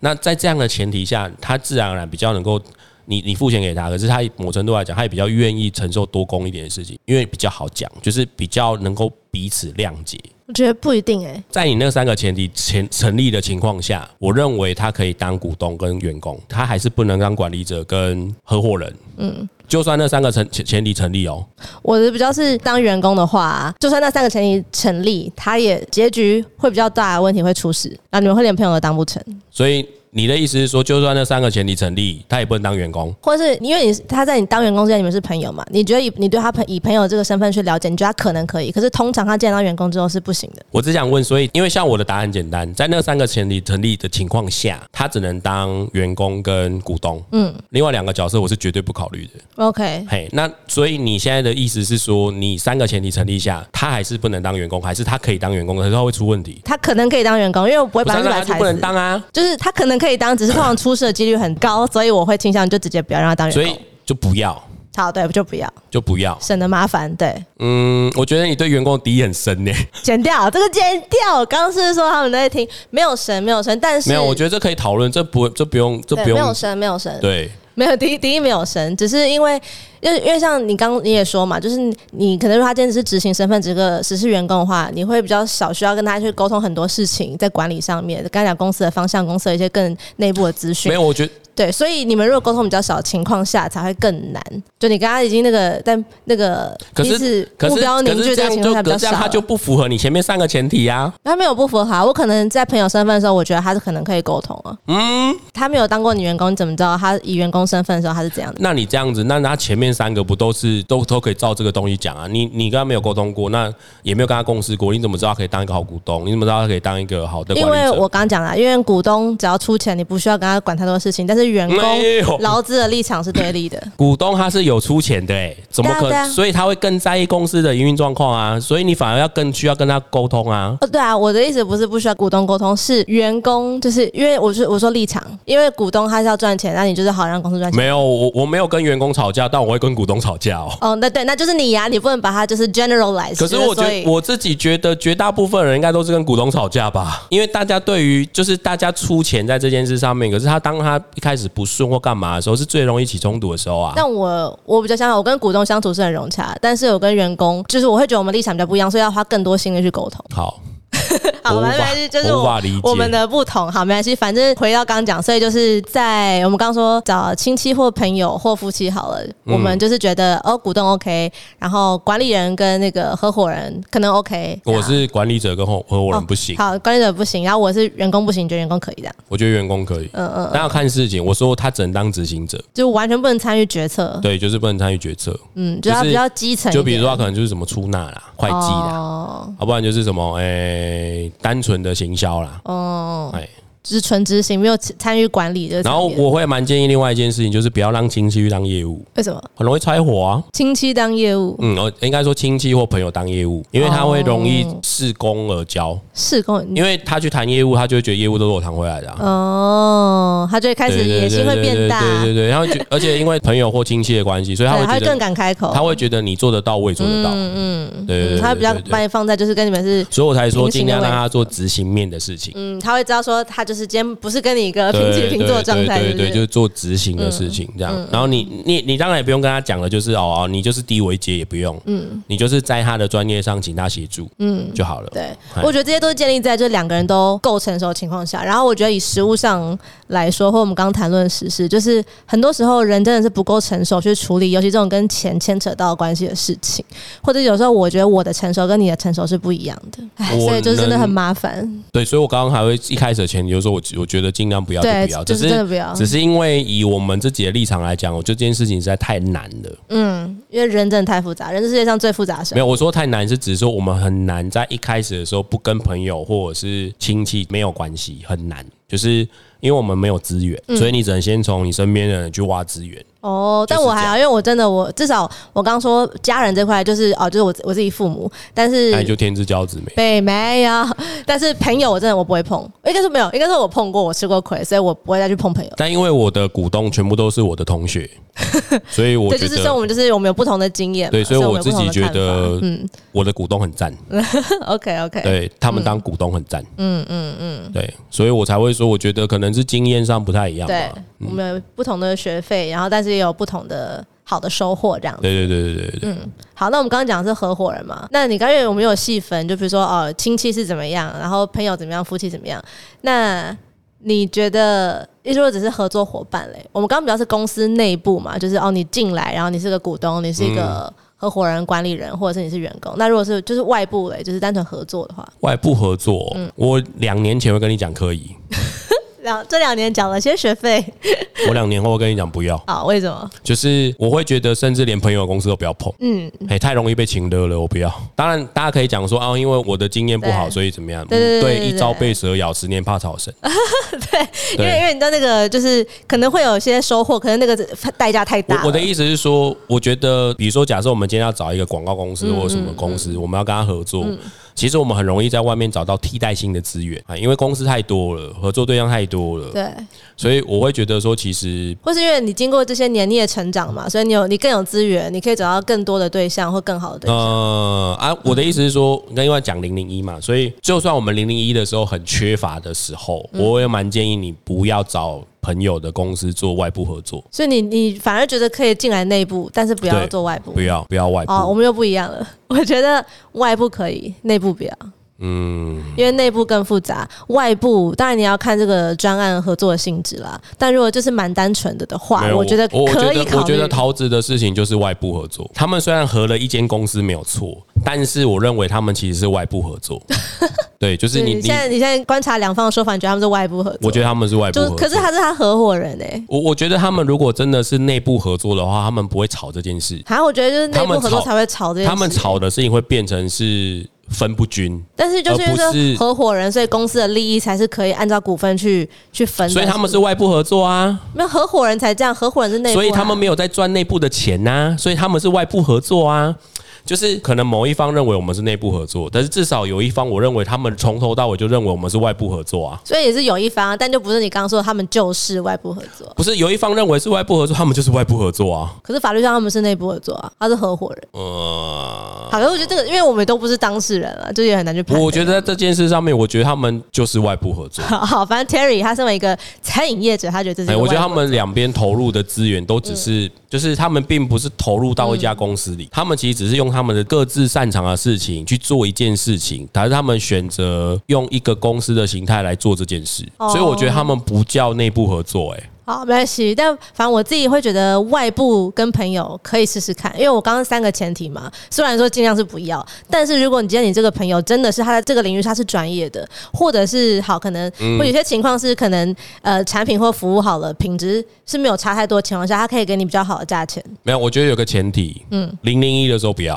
B: 那在这样的前提下，他自然而然比较能够你你付钱给他，可是他某程度来讲，他也比较愿意承受多工一点的事情，因为比较好讲，就是比较能够彼此谅解。
A: 我觉得不一定哎、
B: 在你那三个前提前成立的情况下，我认为他可以当股东跟员工，他还是不能当管理者跟合伙人。嗯，就算那三个成前前提成立哦，
A: 我的比较是当员工的话，就算那三个前提成立，他也结局会比较大的问题会出事，然后你们会连朋友都当不成，
B: 所以你的意思是说，就算那三个前提成立，他也不能当员工？
A: 或者是因为你他在你当员工之前你们是朋友嘛，你觉得以你对他朋以朋友这个身份去了解，你觉得他可能可以，可是通常他进来当员工之后是不行的。
B: 我只想问，所以因为像我的答案简单，在那三个前提成立的情况下，他只能当员工跟股东。嗯，另外两个角色我是绝对不考虑的。
A: OK，
B: 嘿，那所以你现在的意思是说，你三个前提成立下，他还是不能当员工，还是他可以当员工，可是他会出问题？
A: 他可能可以当员工，因为我不会
B: 不
A: 百
B: 是啊
A: 分之
B: 那
A: 百
B: 他就
A: 踩
B: 不能
A: 死。
B: 当啊，
A: 就是他可能可以当，只是通常出事的几率很高，所以我会倾向就直接不要让他当员
B: 所
A: 工。
B: 以就不要，
A: 好，对，就不要，
B: 就不要。
A: 省得麻烦。对，
B: 嗯，我觉得你对员工的敌意很深呢。
A: 剪掉这个剪掉。我刚刚是不是说他们都在听，没有神，没有神，但是
B: 没有，我觉得这可以讨论，这不这不用，这
A: 对
B: 不
A: 没有
B: 用。
A: 神，没有神，
B: 对，
A: 没有第一第一没有神，只是因为因为因为像你刚你也说嘛，就是你你可能如果他今天只是执行身份这个实施员工的话，你会比较少需要跟他去沟通很多事情，在管理上面，刚才讲公司的方向，公司的一些更内部的资讯
B: 没。有，我觉得
A: 对，所以你们如果沟通比较少的情况下，才会更难。就你刚刚已经那个在那个
B: 可
A: 彼
B: 是
A: 此
B: 可
A: 目
B: 是
A: 标凝
B: 可
A: 聚
B: 是这
A: 的情
B: 样
A: 况下
B: 就
A: 比
B: 可
A: 较
B: 是这
A: 少
B: 样
A: 了，
B: 他就不符合你前面三个前提啊。
A: 他没有不符合啊。我可能在朋友身份的时候，我觉得他是可能可以沟通啊。嗯，他没有当过你员工，你怎么知道他以员工身份的时候他是怎样的？
B: 那你这样子，那他前面三个不都是都都可以照这个东西讲啊？你你跟他没有沟通过，那也没有跟他共事过，你怎么知道他可以当一个好股东？你怎么知道他可以当一个好的
A: 因
B: 管理
A: 为
B: 者？
A: 我刚刚讲了，因为股东只要出钱，你不需要跟他管太多事情，但是员
B: 没有
A: 工劳资的立场是对立的。
B: 股东他是有出钱的、欸，怎么
A: 对
B: 可
A: 啊对啊
B: 所以他会更在意公司的营运状况啊，所以你反而要更需要跟他沟通啊。
A: 哦，对啊，我的意思不是不需要股东沟通，是员工就是因为我是我说立场，因为股东他是要赚钱，那你就是好让公司赚钱。
B: 没有，我我没有跟员工吵架，但我会跟股东吵架哦、
A: 哦，那对，那就是你呀、你不能把它就是 generalize。
B: 可是我觉
A: 所
B: 得
A: 以
B: 我自己觉得绝大部分人应该都是跟股东吵架吧，因为大家对于就是大家出钱在这件事上面，可是他当他一开始不顺或干嘛的时候，是最容易起冲突的时候啊。
A: 但我我比较相反，我跟股东相处是很融洽，但是我跟员工，就是我会觉得我们立场比较不一样，所以要花更多心力去沟通。
B: 好，
A: 好，
B: 我无
A: 没
B: 法
A: 关系，就是
B: 我无
A: 我
B: 法理解
A: 我们的不同。好，没关系，反正回到刚刚讲，所以就是在我们刚刚说找亲戚或朋友或夫妻好了，
B: 嗯
A: 我们就是觉得哦，股东 OK，然后管理人跟那个合伙人可能 OK 这样。
B: 我是管理者跟合合伙人不行，
A: 好，管理者不行，然后我是员工不行，你觉得员工可以这样，
B: 我觉得员工可以。
A: 嗯嗯，
B: 但要看事情，我说他只能当执行者，
A: 就完全不能参与决策，
B: 对，就是不能参与决策。
A: 嗯，就他
B: 就是
A: 比较基层一点，
B: 就比如说他可能就是什么出纳啦、会计啦，啊
A: 哦，
B: 要不然就是什么诶、单纯的行销啦，
A: 哦，
B: 哎。
A: 就是纯执行，没有参与管理的层面。
B: 然后我会蛮建议另外一件事情，就是不要让亲戚去当业务，
A: 为什么
B: 很容易拆伙啊。
A: 亲戚当业务，
B: 嗯，我应该说亲戚或朋友当业务，因为他会容易
A: 哦
B: 恃功而
A: 嗯
B: 骄，
A: 是跟我
B: 因为他去谈业务，他就会觉得业务都是我谈回来的、啊。
A: 哦，他就嗯会开始
B: 对对
A: 野心
B: 对
A: 会
B: 对
A: 变
B: 对
A: 大，
B: 对对对，然后就而且因为朋友或亲戚的关系，所以他
A: 对
B: 会
A: 他会
B: 觉
A: 更
B: 得
A: 敢开口，
B: 他会觉得你做得到，我也做得到。
A: 嗯嗯，
B: 对对对
A: 嗯他会比较
B: 对对对
A: 把你放在就是跟你们是。
B: 所以我才说
A: 平行
B: 尽
A: 的
B: 量
A: 位
B: 让
A: 置
B: 他做执行面的事情，
A: 嗯，他会知道说他就是今天不是跟你一个平
B: 对
A: 起平坐的状态，
B: 对对
A: 是不嗯
B: 对，
A: 是
B: 就是做执行的事情这样。然后你你你当然也不用跟他讲了，就是哦，哦你就是低维阶也不用，嗯，你就是在他的专业上请他协助，嗯，就好了。
A: 对
B: 嗨，
A: 我觉得这些都是建立在就两个人都够成熟的情况下。然后我觉得以实物上来说，或我们刚刚谈论的实事，就是很多时候人真的是不够成熟去处理，尤其这种跟钱牵扯到关系的事情， 或者有时候我觉得我的成熟跟你的成熟是不一样的，唉，
B: 我
A: 所以就真的很
B: 能
A: 麻烦。
B: 对，所以我刚刚还会一开始的前提就是说我我觉得尽量不要就
A: 对
B: 不要，，
A: 就
B: 只
A: 是真的
B: 是
A: 不要，
B: 只是因为以我们自己的立场来讲，我觉得这件事情实在太难了。
A: 嗯，因为人真的太复杂，人是世界上最复杂的事
B: 没。有，我说太难是指说我们很难在一开始的时候不跟朋友或者是亲戚没有关系，很难，就是因为我们没有资源，
A: 嗯
B: 所以你只能先从你身边的人去挖资源。
A: 哦，
B: 就是
A: 但我还
B: 这
A: 好，
B: 样
A: 因为我真的我至少我刚说家人这块就是哦，就是我我自己父母，但是
B: 那你就天之骄子没。
A: 对，没有。但是朋友我真的我不会碰，应该是没有，应该是我碰过，我吃过亏，所以我不会再去碰朋友。
B: 但因为我的股东全部都是我的 同学，所以我
A: 这
B: 觉
A: 就是说我
B: 得
A: 们就是我们有不同的经验嘛，
B: 对，所以
A: 我
B: 我
A: 们有不
B: 自
A: 同
B: 己
A: 的
B: 觉
A: 看法嗯
B: 得，我的股东很赞，
A: OK OK，嗯
B: 对他们当股东很赞，嗯嗯嗯，对，所以我才会说，我觉得可能能是经验上不太一样
A: 对
B: 吧。，嗯
A: 我们有不同的学费，然后但是也有不同的好的收获这样子。
B: 对对对对对
A: 嗯
B: 对，
A: 好，那我们刚刚讲的是合伙人嘛？那你刚刚有没有细分？就比如说哦，亲戚是怎么样，然后朋友怎么样，夫妻怎么样？那你觉得，如果只是合作伙伴嘞？我们刚刚比较是公司内部嘛，就是哦，你进来，然后你是个股东，你是一个
B: 嗯
A: 合伙人、管理人，或者是你是员工。那如果是就是外部嘞，就是单纯合作的话，
B: 外部合作，
A: 嗯
B: 我两年前会跟你讲可 以，
A: 两这两年缴了些学费
B: 我两年后会跟你讲不要，
A: 啊、为什么？
B: 就是我会觉得甚至连朋友的公司都不要碰。
A: 嗯，
B: 哎、太容易被请的了，我不要。当然，大家可以讲说啊，因为我的经验不好，
A: 对
B: 所以怎么样？
A: 对对对对对
B: 一朝被蛇咬，十年怕 草绳。
A: 因为因为你知道那个就是可能会有些收获，可能那个代价太大了
B: 我我的意思是说，我觉得，比如说，假设我们今天要找一个广告公
A: 嗯
B: 司或者什么公司，我们要跟他合作，其实我们很容易在外面找到替代性的资源啊，因为公司太多了，合作对象太多了，
A: 对。
B: 所以我会觉得说，其实
A: 或是因为你经过这些年，你也成长嘛，所以你有你更有资源，你可以找到更多的对象或更好的对象。
B: 呃啊，我的意思是说，跟因为讲零零一嘛，所以就算我们零零一的时候很缺乏的时候，
A: 嗯
B: 我也蛮建议你不要找朋友的公司做外部合作，
A: 所以你你反而觉得可以进来内部，但是不要
B: 对
A: 做外部
B: 不。要不要外部。
A: 哦，我们又不一样了。 我觉得外部可以，内部不要。嗯，因为内部更复杂，外部当然你要看这个专案合作的性质啦。但如果就是蛮单纯的的话
B: 没，有
A: 我觉得
B: 我我觉
A: 可以
B: 得我
A: 考
B: 觉
A: 虑
B: 得。桃子的事情就是外部合作。他们虽然合了一间公司没有错，但是我认为他们其实是外部 合作。对，就是
A: 对
B: 你
A: 你
B: 你
A: 现，在你现在观察两方的说法，你觉得他们是外部合作？
B: 我觉得他们是外部
A: 就
B: 合作。
A: 可是他是他合伙人哎、
B: 我我觉得他们如果真的是内部合作的话，他们不会吵这件事。
A: 好像我觉得就是内
B: 他
A: 部
B: 们
A: 合作
B: 吵
A: 才会吵这件事。
B: 他们吵的事情会变成是分不均，
A: 但是就是因
B: 而不
A: 为
B: 是
A: 说合伙人，所以公司的利益才是可以按照股份去去分的。
B: 所以他们是外部合作啊，
A: 没有合伙人才这样，合伙人是内部啊、
B: 所以他们没有在赚内部的钱呐、所以他们是外部合作啊。就是可能某一方认为我们是内部合作，但是至少有一方我认为他们从头到尾就认为我们是外部合作啊，
A: 所以也是有一方，但就不是你刚刚说的他们就是外部合作。
B: 不是有一方认为是外部合作，他们就是外部合作啊。
A: 可是法律上他们是内部合作啊，他是合伙人。
B: 呃，
A: 好，可是我觉得这个，因为我们都不是当事人啊，就也很难去判断。
B: 我觉得在这件事上面，我觉得他们就是外部合作。
A: 好好，反正 Terry 他身为一个餐饮业者，他觉得这是
B: 哎、
A: 一个
B: 我觉得
A: 外嗯
B: 他
A: 部
B: 们两边投入的资源都只是，就是他们并不是投入到一家公司
A: 嗯
B: 里，他们其实只是用他们的各自擅长的事情去做一件事情，但是他们选择用一个公司的形态来做这件事，
A: 哦
B: 所以我觉得他们不叫内部合作、哎，
A: 好，没关系。但反正我自己会觉得外部跟朋友可以试试看，因为我刚刚三个前提嘛，虽然说尽量是不要，但是如果你今天你这个朋友真的是他在这个领域他是专业的，或者是好可能，或有些情况是可能呃产品或服务好了，品质是没有差太多的情况下，他可以给你比较好的价钱。
B: 没有，我觉得有个前提，嗯，零零一的时候不要。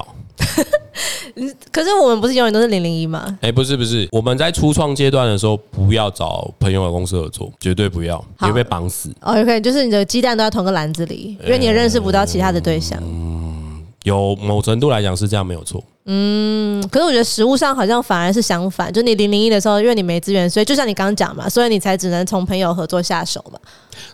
A: 可是我们不是永远都是零零一吗？
B: 哎、不是不是，我们在初创阶段的时候，不要找朋友的公司合作，绝对不要，
A: 好
B: 你会被绑死。
A: 哦，OK，就是你的鸡蛋都在同个篮子里，因为你也认识不到其他的对象。
B: 有某程度来讲是这样，没有错。
A: 可是我觉得食物上好像反而是相反，就你零零一的时候，因为你没资源，所以就像你刚刚讲嘛，所以你才只能从朋友合作下手嘛。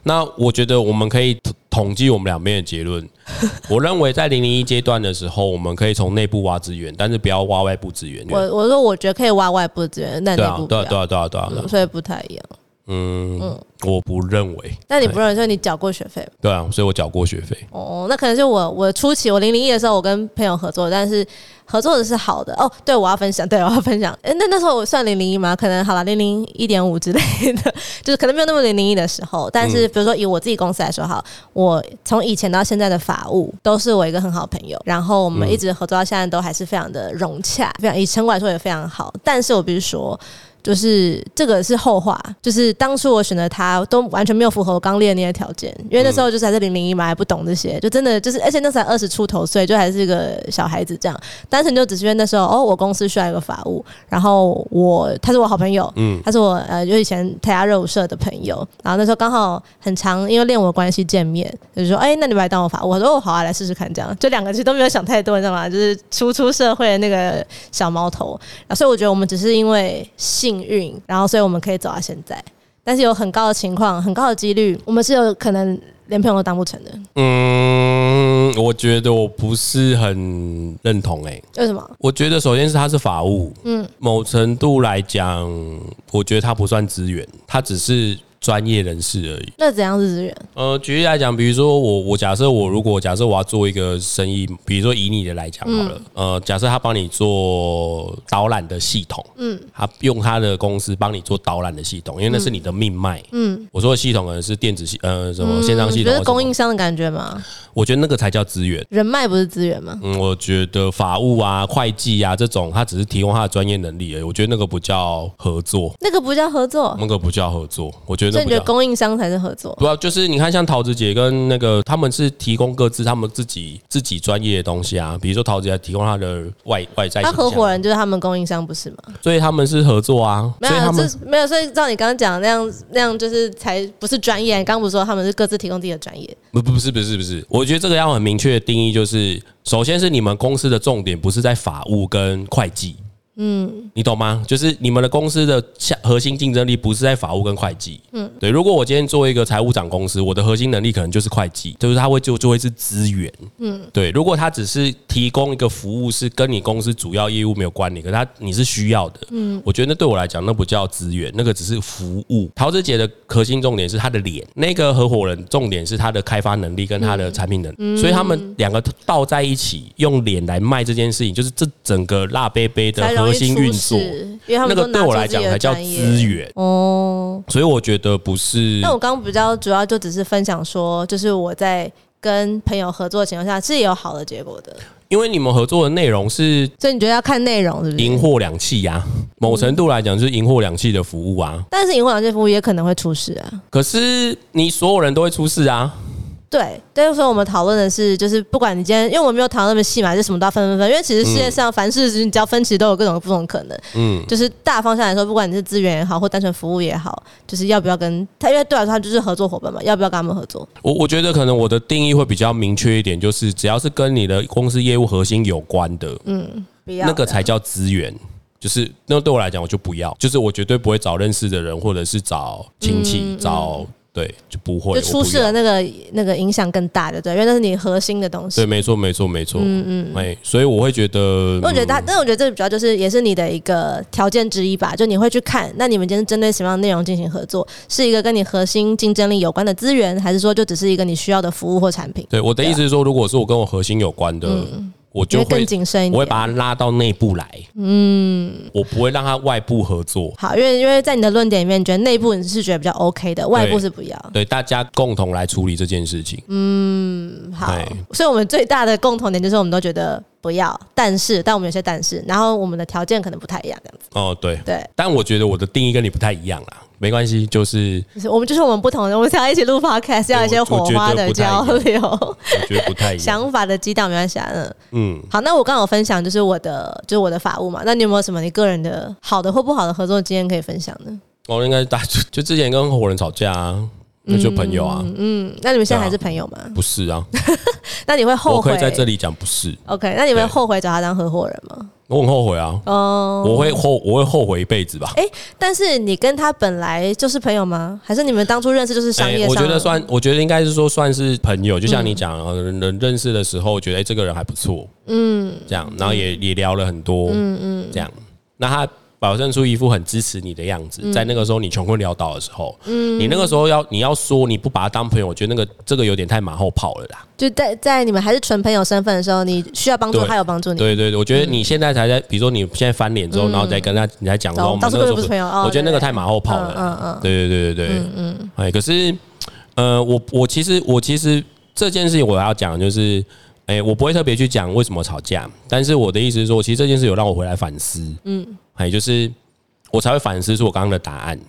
B: 那我觉得我们可以统统计我们两边的结论。 我认为在零零一阶段的时候，我们可以从内部挖资源，但是不要挖外部资源。
A: 我我说我觉得可以挖外部资源，但
B: 对
A: 内
B: 啊
A: 部，不
B: 对啊，
A: 要，
B: 对啊，对啊，对啊。对啊
A: 嗯所以不太一样。
B: 嗯，我不认为。哎
A: 但你不认识，所以你缴过学费吗
B: 对啊，所以我缴过学费。
A: 哦，那可能是我我初期我零零一的时候，我跟朋友合作，但是合作的是好的哦。对，我要分享，对，我要分享。诶，那那时候我算零零一吗？可能好了，零零一点五之类的， 就是可能没有那么零零一的时候。但是比如说以我自己公司来说，好，我从以前到现在的法务都是我一个很好的朋友，然后我们一直合作到现在都还是非常的融洽，非常以城管来说也非常好。但是我必须说，就是这个是后话，就是当初我选择他都完全没有符合我刚列的那些条件，因为那时候就是还是零零一嘛，还不懂这些，就真的就是，而且那时候才二十出头岁，就还是个小孩子这样。单纯就只是因为那时候哦，我公司需要一个法务，然后我他是我好朋友，嗯，他是我呃就以前台下热舞社的朋友，然后那时候刚好很长，因为练舞的关系见面，就是说哎、那你们来当我法务，我说哦好啊，来试试看这样。就两个其实都没有想太多，你知道吗？就是初出社会的那个小毛头，啊，所以我觉得我们只是因为幸运，然后所以我们可以走到现在。但是有很高的情况，很高的几率，我们是有可能连朋友都当不成的。
B: 嗯，我觉得我不是很认同诶、
A: 为什么？
B: 我觉得首先是他是法务，嗯，某程度来讲，我觉得他不算资源，他只是专业人士而已。
A: 那怎样是资源？
B: 呃，举例来讲，比如说我我假设我如果假设我要做一个生意，比如说以你的来讲好了，
A: 嗯
B: 呃，假设他帮你做导览的系统，嗯，他用他的公司帮你做导览的系统，因为那是你的命脉，嗯，我说的系统可能是电子系，呃，什么线上系
A: 你嗯觉
B: 统或什
A: 得
B: 么，
A: 供应商的感觉吗？
B: 我觉得那个才叫资源。
A: 人脉不是资源吗？
B: 嗯，我觉得法务啊、会计啊这种，他只是提供他的专业能力而已。我觉得那个不叫合作，
A: 那个不叫合作，
B: 那个不叫合作。我觉得
A: 所
B: 嗯那
A: 以你
B: 不
A: 觉
B: 叫
A: 得。供应商才是合作？
B: 不要，啊就是你看，像桃子姐跟那个他们是提供各自他们自己自己专业的东西啊，比如说桃子姐提供她的外外在，
A: 他合伙，人就是他们供应商，不是吗？
B: 所以他们是合作啊，
A: 没
B: 所以
A: 有，
B: 他们
A: 这没有。所以照你刚刚讲那样，那样就是才不是专业。你刚刚不是说他们是各自提供自己的专业？
B: 不不不是不是不是，我觉得这个要很明确的定义，就是首先是你们公司的重点不是在法务跟会计，嗯，你懂吗？就是你们的公司的下核心竞争力不是在法务跟会计，嗯，对。如果我今天做一个财务长公司，我的核心能力可能就是会计，就是它会就就会是资源，嗯，对。如果它只是提供一个服务是跟你公司主要业务没有关联，可它你是需要的，嗯，我觉得那对我来讲那不叫资源，那个只是服务。桃子姐的核心重点是她的脸，那个合伙人重点是他的开发能力跟他
A: 嗯
B: 的产品能力，所以他们两个倒在一起用脸来卖这件事情，就是这整个辣杯杯的
A: 才容
B: 核
A: 易
B: 心
A: 出
B: 运作。
A: 事，因为他
B: 那
A: 们都
B: 个
A: 拿
B: 对
A: 出
B: 我来
A: 自己
B: 讲
A: 的
B: 才叫
A: 专业
B: 资源，
A: 哦。
B: 所以我觉得不是
A: 那我刚刚比较主要就只是分享说，就是我在跟朋友合作的情况下是有好的结果的，
B: 因为你们合作的内容是
A: 所以你觉得要看内容是不
B: 赢
A: 是？
B: 货两气呀、某程度来讲就是赢货两气的服务啊。
A: 但是银行这服务也可能会出事啊。
B: 可是你所有人都会出事啊，
A: 对，但是说我们讨论的是，就是不管你今天，因为我们没有讨论那么细嘛，就什么都要分分分，因为其实世界上凡事你只要分，其实都有各种不同的可能。嗯，就是大方向来说，不管你是资源也好，或单纯服务也好，就是要不要跟他，因为对我来说他就是合作伙伴嘛，要不要跟他们合作？
B: 我我觉得可能我的定义会比较明确一点，就是只要是跟你的公司业务核心有关的，
A: 嗯不要
B: 那个才叫资源。就是那对我来讲，我就不要，就是我绝对不会找认识的人，或者是找亲戚，找对就不会，
A: 嗯就
B: 我
A: 出
B: 不
A: 事
B: 要
A: 了，那个那个影响更大的，对，因为那是你核心的东西
B: 对，。没错，没错，没错。嗯嗯，哎，所以我会觉得，
A: 我觉得他，但我觉得这个比较就是也是你的一个条件之一吧，就你会去看，那你们今天针对什么样的内容进行合作，是一个跟你核心竞争力有关的资源，还是说就只是一个你需要的服务或产品？
B: 对我的意思是说，如果是我跟我核心有关的，
A: 嗯
B: 我
A: 你
B: 就
A: 会
B: 会
A: 更谨慎一
B: 我会
A: 点。
B: 把它拉到内部来。嗯，我不会让它外部合作。
A: 好，因为因为在你的论点里面，你觉得内部你是觉得比较 OK 的，外部是不要。
B: 对，大家共同来处理这件事
A: 嗯
B: 情。
A: 好
B: 对，
A: 所以我们最大的共同点就是我们都觉得不要，但是但我们有些但是，然后我们的条件可能不太一样，这样子。
B: 哦，对。
A: 对，
B: 但我觉得我的定义跟你不太一样啦，没关系，就是
A: 就是我们就是我们不同的，我们想要一起录 podcast，要有一些
B: 我
A: 火
B: 我觉得
A: 花的
B: 不太一
A: 交
B: 样
A: 流。
B: 我觉得不太一样。
A: 想法的激荡没关系啊。嗯，
B: 嗯，
A: 好，那我刚好分享就是我的就是我的法务嘛，那你有没有什么你个人的好的或不好的合作经验可以分享呢？
B: 我哦应该大就就之前跟合伙人吵架啊，那就朋友啊，
A: 嗯，那你们现在还是朋友吗？
B: 不是啊，
A: 那你会后
B: 我
A: 悔
B: 可以在这里讲不是，
A: OK，那你会
B: 对
A: 后悔找他当合伙人吗？
B: 我很后悔啊，
A: 哦、
B: 我会后我会后悔一辈子吧。
A: 哎、但是你跟他本来就是朋友吗？还是你们当初认识就是商业上？
B: 哎我觉得算，我觉得应该是说算是朋友，就像你讲，呃人、人认识的时候觉得哎、这个人还不错，嗯，这样，然后也、也聊了很多，嗯嗯，这样，那他。表现出一副很支持你的样子，在那个时候你穷困潦倒的时候，嗯，你那个时候要你要说你不把他当朋友，我觉得那个这个有点太马后炮了啦。
A: 就在在你们还是纯朋友身份的时候，你需要帮助
B: 对
A: 他有帮助你，嗯
B: 对对对，我觉得你现在才在，比如说你现在翻脸之后，然后再跟他你才讲说
A: 懂
B: 我们
A: 到时
B: 那个
A: 候
B: 时候
A: 不是朋友哦
B: 我觉得那
A: 对
B: 个太马后炮了。
A: 嗯嗯嗯
B: 对对对对对，嗯，哎，可是，呃，我我其实我其实这件事情我要讲的就是，哎、我不会特别去讲为什么吵架，但是我的意思是说，其实这件事有让我回来反思，嗯，哎，就是我才会反思出我刚刚的答案，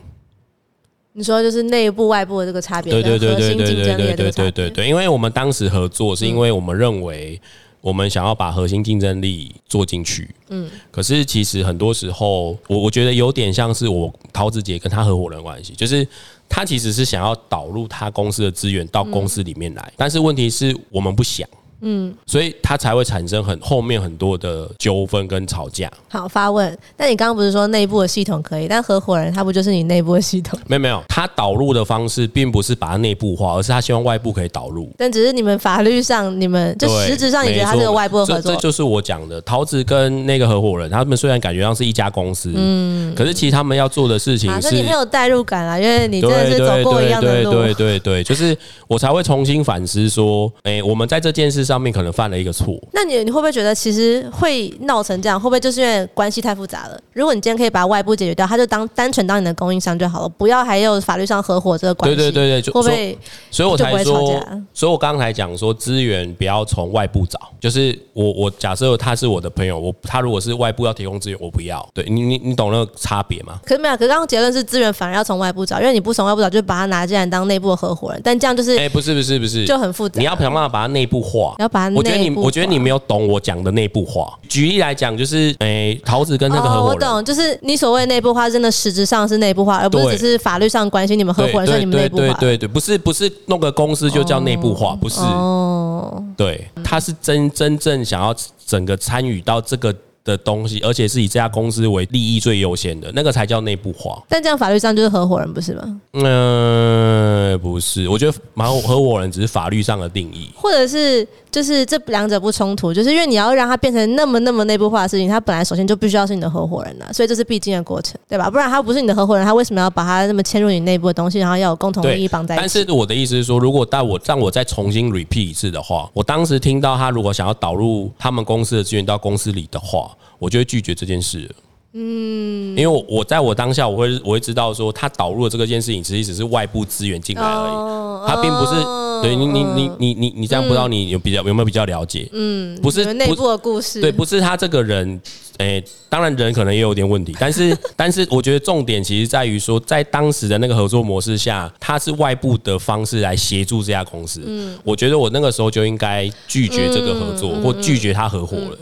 A: 你说就是内部外部的这个差别，
B: 对对对
A: 跟核
B: 对
A: 心
B: 对
A: 竞
B: 对
A: 争力的嗯
B: 对
A: 这个
B: 对
A: 差别
B: 对对对，因为我们当时合作是因为我们认为我们想要把核心竞争力做进去，嗯，可是其实很多时候，我我觉得有点像是我桃子姐跟她合伙人的关系，就是她
A: 嗯
B: 其实是想要导入她公司的资源到公司里面来，但是问题是我们不想。嗯，所以它才会产生很后面很多的纠纷跟吵架。
A: 好，发问。那你刚刚不是说内部的系统可以，但合伙人他不就是你内部的系统？
B: 没有没有，它导入的方式并不是把它内部化，而是它希望外部可以导入。
A: 但只是你们法律上，你们就
B: 对
A: 实质上，你觉得他
B: 没
A: 是
B: 错
A: 个外部的合
B: 这
A: 作
B: 这就是我讲的，桃子跟那个合伙人，他们虽然感觉上是一家公司，嗯，可是其实他们要做的事情
A: 啊？
B: 是
A: 所以你很有代入感啊，因为你真的
B: 对
A: 是走
B: 对
A: 过一样的
B: 对
A: 路。
B: 对对对，就是我才会重新反思说，哎、我们在这件事上面可能犯了一个错。
A: 那你你会不会觉得其实会闹成这样，会不会就是因为关系太复杂了？如果你今天可以把外部解决掉，他就当单纯当你的供应商就好了，不要还有法律上合伙这个关
B: 对
A: 系。
B: 对对对，就
A: 会不
B: 所
A: 会
B: 所以我
A: 就不
B: 才
A: 会吵
B: 说
A: 架，
B: 所以我刚才讲说，资源不要从外部找，就是我我假设他是我的朋友，我他如果是外部要提供资源，我不要。对你你你懂那个差别吗？
A: 可是没有，可是刚刚结论是资源反而要从外部找，因为你不从外部找，就把它拿进来当内部的合伙人，但这样就是、
B: 哎、不是不是不是，
A: 就很复杂。
B: 你要想办法把它内部化。
A: 你要把它
B: 我觉得
A: 内
B: 你，
A: 部
B: 我觉得
A: 化
B: 你没有懂我讲的内部化。举例来讲，就是诶、桃子跟那个合
A: 哦，
B: 伙
A: 我
B: 人，
A: 懂，就是你所谓内部化，真的实质上是内部化，而不是
B: 对
A: 只是法律上关系你们合
B: 对
A: 伙人，所以你们内
B: 对
A: 部化。
B: 对对对，不是不是弄个公司就叫内部化，不是，
A: 哦，
B: 对，他是真真正想要整个参与到这个的东西，而且是以这家公司为利益最优先的，那个才叫内部化。
A: 但这样法律上就是合伙人，不是吗？
B: 嗯、不是，我觉得蛮合伙人只是法律上的定义。
A: 或者是就是这两者不冲突，就是因为你要让它变成那么那么内部化的事情，它本来首先就必须要是你的合伙人呐、所以这是必经的过程，对吧？不然他不是你的合伙人，他为什么要把它那么嵌入你内部的东西，然后要有共同
B: 对
A: 利益绑在一
B: 但
A: 起？
B: 是我的意思是说，如果当我让我再重新 repeat 一次的话，我当时听到他如果想要导入他们公司的资源到公司里的话，我就会拒绝这件事。嗯，因为我我在我当下我会我会知道说，他导入的这个件事情，其实只是外部资源进来而已，
A: 哦
B: 他并不是。
A: 哦嗯
B: 对你，你你你你你这样不知道你有比较有没有比较了解？嗯，不是
A: 你们内
B: 不
A: 部的故事，
B: 对，不是他这个人，诶、当然人可能也有点问题，但是 但是我觉得重点其实在于说，在当时的那个合作模式下，他是外部的方式来协助这家公司。嗯，我觉得我那个时候就应该拒绝这个合
A: 嗯
B: 作，或拒绝他合伙了。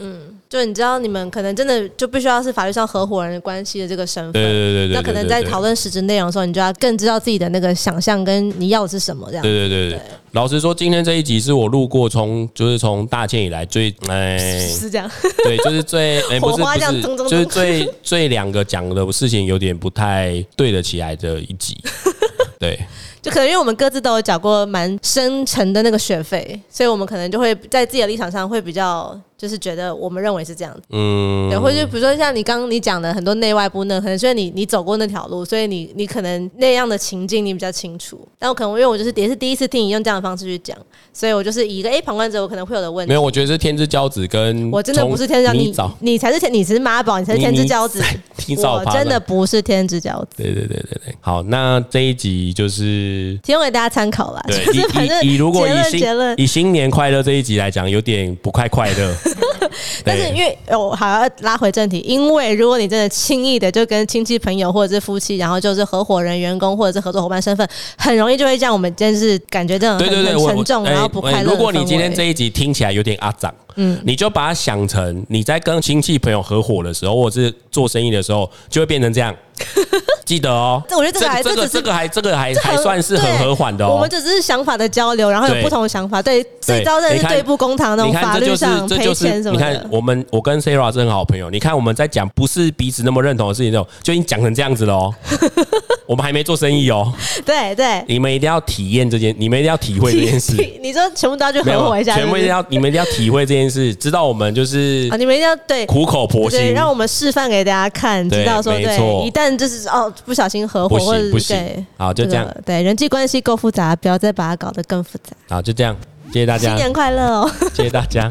A: 就你知道，你们可能真的就必须要是法律上合伙人的关系的这个身份。
B: 对对对对，
A: 那可能在讨
B: 论。
A: 论实质内容的时候，你就要更知道自己的那个想象跟你要的是什么这样。
B: 对对对对，老实说，今天这一集是我录过从就是从大建以来最哎。
A: 是这样，
B: 对，就是最哎、不
A: 火
B: 是
A: 花
B: 不
A: 这样
B: 是
A: 咚咚，
B: 就是
A: 咚
B: 最最两个讲的事情有点不太对得起来的一 集。对，
A: 就可能因为我们各自都有缴过蛮深沉的那个学费，所以我们可能就会在自己的立场上会比较，就是觉得我们认为是这样子，
B: 嗯
A: 对，，或者就比如说像你刚刚你讲的很多内外部那，可能是因为你你走过那条路，所以你你可能那样的情境你比较清楚。但我可能因为我就是也是第一次听你用这样的方式去讲，所以我就是以一个哎、诶旁观者我可能会有的问题
B: 没有，，我觉得是天之骄子跟
A: 我真的不是天之骄子，
B: 从你
A: 你
B: 早
A: 你才是天，你是妈宝，你才是天之骄子。
B: 提早
A: 我
B: 爬
A: 真的。不是天之骄子，
B: 对对对对对，欸好，那这一集就是
A: 提供给大家参考啦。
B: 对
A: 就是反正
B: 以以以如果
A: 结
B: 以
A: 论
B: 新
A: 结论，
B: 以新年快乐这一集来讲，有点不快快 乐。
A: 但是因
B: 对
A: 为呃我还要拉回正题，因为如果你真的轻易的就跟亲戚朋友或者是夫妻，然后就是合伙人、员工或者是合作伙伴身份，很容易就会这样，我们真是感觉这种很
B: 对对对，
A: 很
B: 我
A: 沉重，
B: 我哎
A: 然后不快
B: 哎
A: 乐的氛围。
B: 如果你今天这一集听起来有点阿长，嗯，你就把它想成你在跟亲戚朋友合伙的时候，或者是做生意的时候，就会变成 这样。记得哦，
A: 这我觉得这个还
B: 这
A: 这
B: 个
A: 只是
B: 这个还这个还
A: 这很
B: 还算是很
A: 对
B: 和缓的
A: 我
B: 哦
A: 们。只是想法的交流，然后有
B: 对
A: 不同的想法，对，这
B: 对
A: 招真的
B: 你
A: 是
B: 看
A: 对簿公堂那
B: 你
A: 种
B: 看，
A: 法
B: 这
A: 律
B: 就是
A: 上
B: 这
A: 赔
B: 就是
A: 钱什
B: 你
A: 么
B: 看，
A: 的。
B: 我们我跟 Sarah 是很好朋友。你看我们在讲不是彼此那么认同的事情，那种就已经讲成这样子 了哦。我们还没做生意哦，
A: 对对，
B: 你们一定要体验这件，你们一定要体会这件事，
A: 你说全部都要去
B: 没
A: 合
B: 有
A: 伙一下，
B: 全部一
A: 是不
B: 定
A: 是
B: 要，你们一定要体会这件事，知道我们就是
A: 啊，你们一定要对。
B: 苦口婆
A: 对，
B: 心，
A: 让我们示范给大家看，
B: 对
A: 知道说
B: 没
A: 对
B: 错，
A: 一旦就是哦不小心合伙
B: 不
A: 或者
B: 行
A: 是
B: 不行
A: 对，，
B: 好就这样，
A: 个对，人际关系够复杂，不要再把它搞得更复杂。
B: 好就这样，谢谢大
A: 新
B: 家，
A: 年快乐哦！
B: 谢谢大家。